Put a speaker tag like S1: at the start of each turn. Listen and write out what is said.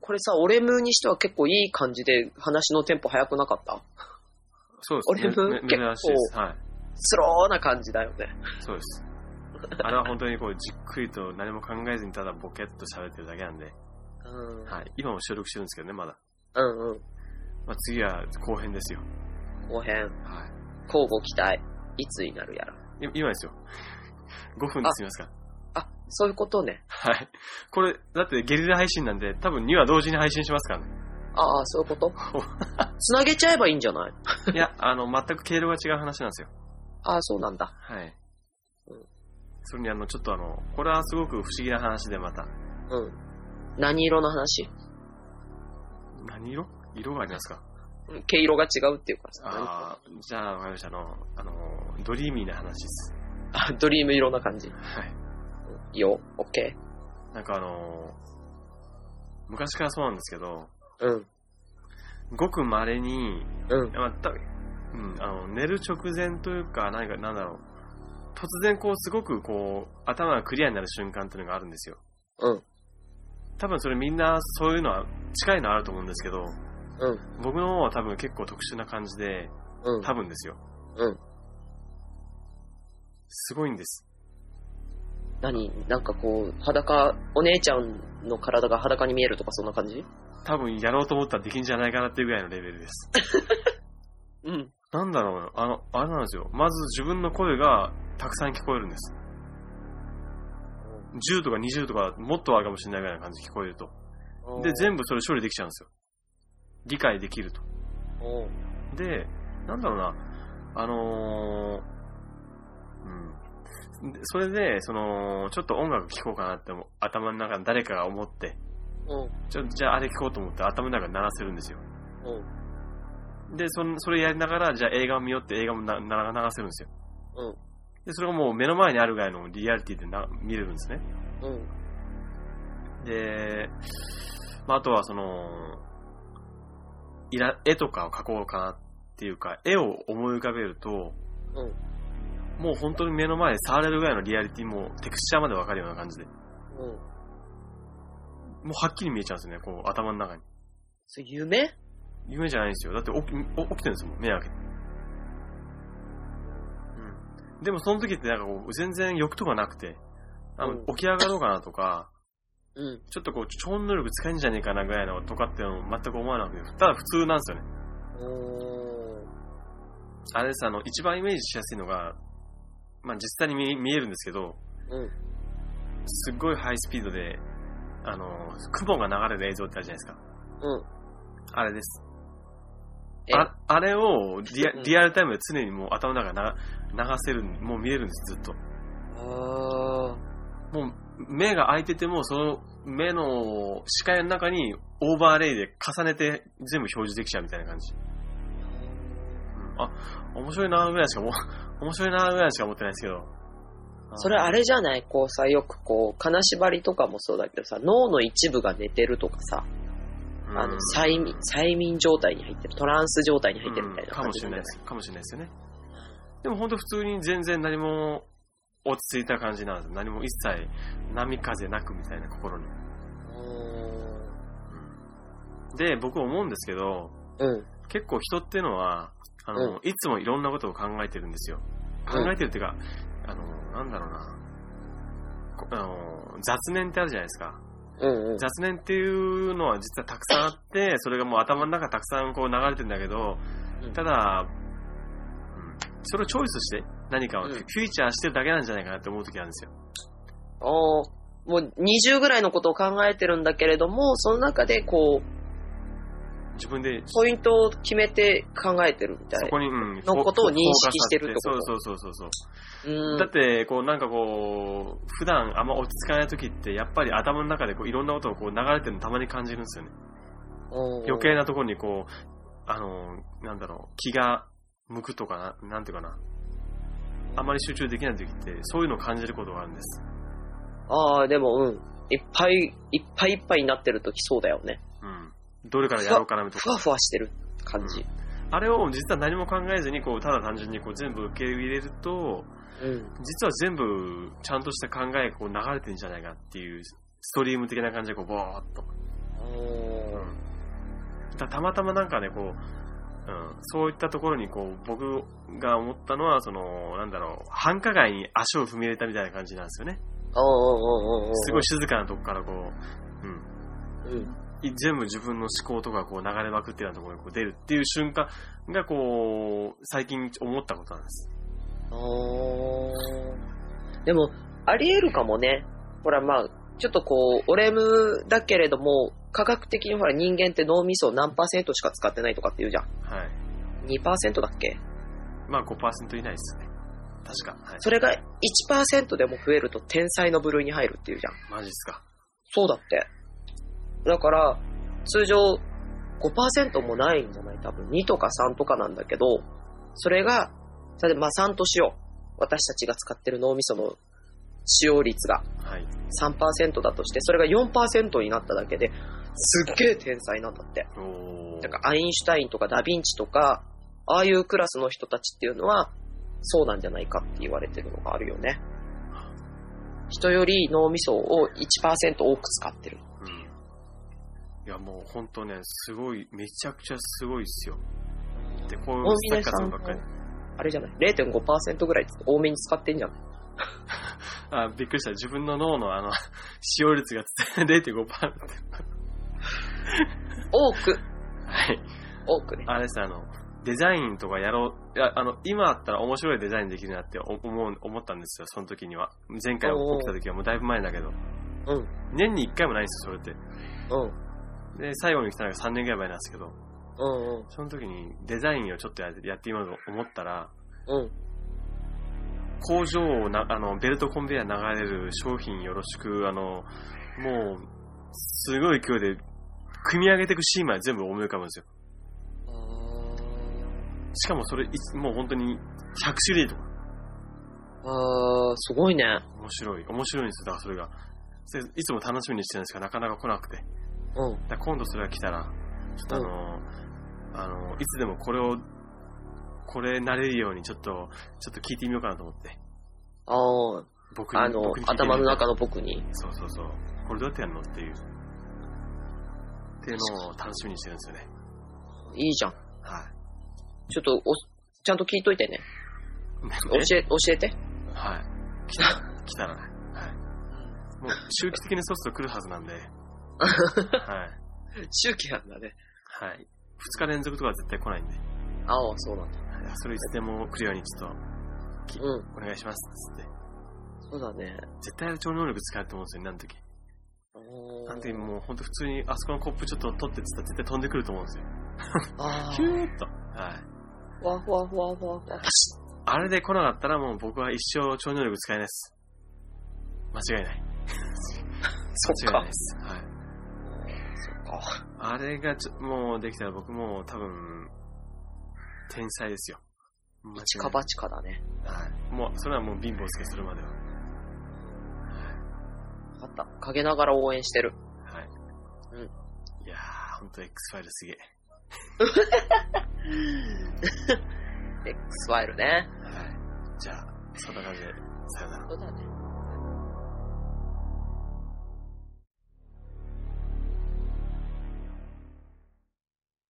S1: これさ、俺ムーにしては結構いい感じで話のテンポ早くなかった
S2: そう
S1: 俺
S2: で
S1: も
S2: すね。め
S1: 結構
S2: 珍しいです。はい。
S1: スローな感じだよね。
S2: そうです。あれは本当にこう、じっくりと何も考えずにただボケっと喋ってるだけなんで、
S1: うん。
S2: はい。今も収録してるんですけどね、まだ。
S1: うんうん。
S2: まあ、次は後編ですよ。
S1: 後編、
S2: は
S1: 交互期待。いつになるやら。
S2: い。い今ですよ。5分で済みますか
S1: あ、そういうことね。
S2: はい。これ、だってゲリラ配信なんで、多分2話同時に配信しますからね。
S1: ああ、そういう ことつなげちゃえばいいんじゃない
S2: いや、あの、全く経路が違う話なんですよ。
S1: ああ、そうなんだ。
S2: はい
S1: うん。
S2: それにあの、ちょっとあの、これはすごく不思議な話でまた。
S1: うん。何色の話
S2: 何色色がありますか
S1: うん毛色が違うっていうかさ。
S2: ああ、じゃあわかりました。あの、あの、ドリーミーな話です。
S1: あ、ドリーム色な感じ。
S2: はい。
S1: うんいいよ、オッケ
S2: なんかあの、昔からそうなんですけど、
S1: ー。うん、
S2: ごく稀に、
S1: うん、
S2: まあ、たうん、あの、寝る直前というか、何か、なんだろう。突然こう、すごくこう、頭がクリアになる瞬間というのがあるんですよ。
S1: うん、
S2: 多分それみんなそういうのは近いのはあると思うんですけど、
S1: うん、
S2: 僕の方は多分結構特殊な感じで、
S1: うん。
S2: 多分ですよ。
S1: うん。
S2: すごいんです。
S1: 何なんかこう、裸、お姉ちゃんの体が裸に見えるとかそんな感じ
S2: 多分やろうと思ったらできんじゃないかなっていうぐらいのレベルです。
S1: うん。
S2: なんだろうなあの、あれなんですよ。まず自分の声がたくさん聞こえるんです。10とか20とかもっとあるかもしれないぐらいの感じで聞こえると。で、全部それ処理できちゃうんですよ。理解できると。
S1: おう
S2: で、なんだろうな、あのーうん。でそれで、その、ちょっと音楽聴こうかなっても、頭の中の誰かが思って、
S1: おう
S2: ちょじゃああれ聴こうと思って頭の中に鳴らせるんですよ。
S1: おう
S2: で、そんそれやりながら、じゃあ映画を見ようって映画もなな流せるんですよ。
S1: うん
S2: で、それがもう目の前にあるぐらいのリアリティでな見れるんですね。
S1: うん、
S2: で、まあ、あとはその、イラ絵とかを描こうかなっていうか、絵を思い浮かべると、
S1: うん
S2: もう本当に目の前で触れるぐらいのリアリティもテクスチャーまでわかるような感じで、も
S1: うん。
S2: うはっきり見えちゃうんですよね、こう頭の中に。
S1: それ夢
S2: 夢じゃないんですよ。だって起き起きてるんですもん、目開けて。うん。でもその時ってなんかこう、全然欲とかなくて、あの
S1: うん
S2: 起き上がろうかなとか、
S1: うん、
S2: ちょっとこう、超能力使えんじゃねえかなぐらいのとかっていうのも全く思わなくて、ただ普通なんですよね。
S1: おー
S2: あれです、あの、一番イメージしやすいのが、まあ実際に見見えるんですけど、
S1: うん、
S2: すっごいハイスピードで、あの、雲が流れる映像ってあるじゃないですか。
S1: うん。
S2: あれです。
S1: え
S2: ああれをリア
S1: うん
S2: リアルタイムで常にもう頭の中な流せる、もう見えるんです、ずっと。
S1: あ
S2: もう目が開いてても、その目の視界の中にオーバーレイで重ねて全部表示できちゃうみたいな感じ。うんあ、面白いなぐらいしかも、 面白いなぐらいしか思ってないですけど。
S1: それあれじゃないこうさ、よくこう、金縛りとかもそうだけどさ、脳の一部が寝てるとかさ、あの、催眠、催眠状態に入ってる、トランス状態に入ってるみたいな
S2: か
S1: 感
S2: も
S1: じ
S2: し
S1: な
S2: れ
S1: ん
S2: な
S1: じゃ
S2: いで
S1: ない
S2: す。かもしれないですよね。でも本当普通に全然何も落ち着いた感じなんです。何も一切波風なくみたいな心に。で、僕思うんですけど、
S1: うん。うん。
S2: 結構人っていうのは、あの、いつもいろんなことを考えてるんですよ。考えてるっていうか、あの、なんだろうな。こあの、雑念ってあるじゃないですか。
S1: うんうん。
S2: 雑念っていうのは実はたくさんあって、それがもう頭の中たくさんこう流れてんだけど
S1: うん、
S2: ただ、うんそれをチョイスして何かを
S1: う
S2: フ
S1: ん
S2: ューチャーしてるだけなんじゃないかなって思う時あるんですよ。
S1: おーもう20ぐらいのことを考えてるんだけれども、その中でこう、
S2: 自分で
S1: ポイントを決めて考えてるみた
S2: そ
S1: い。
S2: こに、うん、
S1: のことを認識してるってこと
S2: フォーカスさせそうそうそうそう
S1: う
S2: そう、
S1: ん
S2: だって、こうなんかこう、普段あんま落ち着かない時って、やっぱり頭の中でこういろんなことをこう流れてるのたまに感じるんですよね。
S1: うん
S2: 余計なところにこう、あの、なんだろう、気が向くとかな、なんていうかな。あまり集中できない時って、そういうのを感じることがあるんです。
S1: ああ、でもうん。いっぱいいっぱいいっぱいになってるときそうだよね。
S2: うん。どれからやろうかなと
S1: ふわ
S2: か。
S1: ふわしてる感じ。
S2: あれを実は何も考えずに、こう、ただ単純にこう全部受け入れると、
S1: うん。
S2: 実は全部ちゃんとした考えがこう流れてるんじゃないかっていう、ストリーム的な感じでこう、ぼーっと。
S1: あおー
S2: うんたたまたまなんかね、こう、うん、そういったところにこう僕が思ったのは、その、なんだろう、繁華街に足を踏み入れたみたいな感じなんですよね。
S1: おーおーおーおーおー
S2: すごい静かなとこからこう、うん、
S1: うん。
S2: い全部自分の思考とかこう流れまくってたところにこう出るっていう瞬間がこう、最近思ったことなんです。
S1: おーでも、あり得るかもね。ほら、まあ、ちょっとこう、オレムだけれども、科学的にほら人間って脳みそを何パーセントしか使ってないとかって言うじゃん。
S2: はい。
S1: 2%だっけ
S2: まあ5%以内ですね。確か。はい。
S1: それが1%でも増えると天才の部類に入るっていうじゃん。
S2: マジっすか。
S1: そうだって。だから、通常5%もないんじゃない多分2とか3とかなんだけど、それが、例えばまあ3としよう。私たちが使ってる脳みその使用率が
S2: はい。
S1: 3%だとして、それが4%になっただけで、すっげえ天才なんだって。
S2: おー
S1: だからアインシュタインとかダヴィンチとか、ああいうクラスの人たちっていうのは、そうなんじゃないかって言われてるのがあるよね。人より脳みそを1%多く使ってる。
S2: うん。いやもう本当ね、すごい、めちゃくちゃすごいっすよ。で、こういう
S1: 大峰
S2: 作
S1: さ
S2: 家さん
S1: ん
S2: ば
S1: も
S2: っかり。、
S1: あれじゃない ?0.5% ぐらい多めに使ってんじゃん。
S2: あ、びっくりした。自分の脳のあ の、使用率がつ0.5%。
S1: 多く、
S2: はい。
S1: 多くね。
S2: あれです、あの、デザインとかやろう、いや、あの、今あったら面白いデザインできるなって思う、思ったんですよ、その時には。前回起きた時はもうだいぶ前だけど。
S1: うん。
S2: 年に1回もないんですよ、それって。
S1: うん。
S2: で、最後に来たのが3年ぐらい前なんですけど、
S1: うんうん。
S2: その時にデザインをちょっとややってみようと思ったら、
S1: うん。
S2: 工場をな、あの、ベルトコンベヤー流れる商品よろしく、あの、もう、すごい勢いで、組み上げていくシーンまで全部思い浮かぶんですよ。しかもそれ、いつもう本当に100種類とか、
S1: あー、すごいね。
S2: 面白い、面白いんですよ、だからそれが。それいつも楽しみにしてるんですが、なかなか来なくて。
S1: うん。
S2: だから今度それが来たら、ちょっとあの、あの、いつでもこれを、これなれるようにちょっと、ちょっと聞いてみようかなと思って。
S1: あー、
S2: 僕に
S1: あの
S2: 僕に、聞いてみ
S1: 頭
S2: よう
S1: の中の僕に。
S2: そうそうそう。これどうやってやるのっていう。っていうのを楽しみにしてるんですよね。
S1: いいじゃん。
S2: は
S1: ちょっとお、ちゃんと聞いといてね。
S2: い。
S1: 教え、教えて。
S2: はい。来たら、来たらね。はい。もう周期的にそうすると来るは ずなんで。はい。
S1: 周期なんだね。
S2: はい。二日連続とかは絶対来ないんで。
S1: ああ、そうなんだ。
S2: はいそれいつでも来るようにちょっ
S1: うん。
S2: とお願いします。つって。
S1: そうだね。
S2: 絶対超能力使えると思うんですよね、なん時。
S1: おー
S2: なん時もう本当普通にあそこのコップちょっと取ってって言ったら絶対飛んでくると思うんですよ。
S1: あ
S2: ヒ
S1: ー
S2: ューッと。はい。
S1: ふわふわふわふわふわ。
S2: あれで来なかったらもう僕は一生超能力使えないです。間違 いない。
S1: そ
S2: 間
S1: っ
S2: 違
S1: か
S2: いないで。す。はい。
S1: そっか。
S2: あれがちょ、もうできたら僕もう多分、天才ですよ。間違いない
S1: 近場近だね。
S2: はい。もう、それはもう貧乏ですけど、それまでは。
S1: わかった。陰ながら応援してる。
S2: はい。
S1: うん
S2: いやー、ほんと X ファイルすげえ。
S1: X ファイルね。
S2: はい。じゃあ、そんな感じで、さよなら。
S1: そうだね。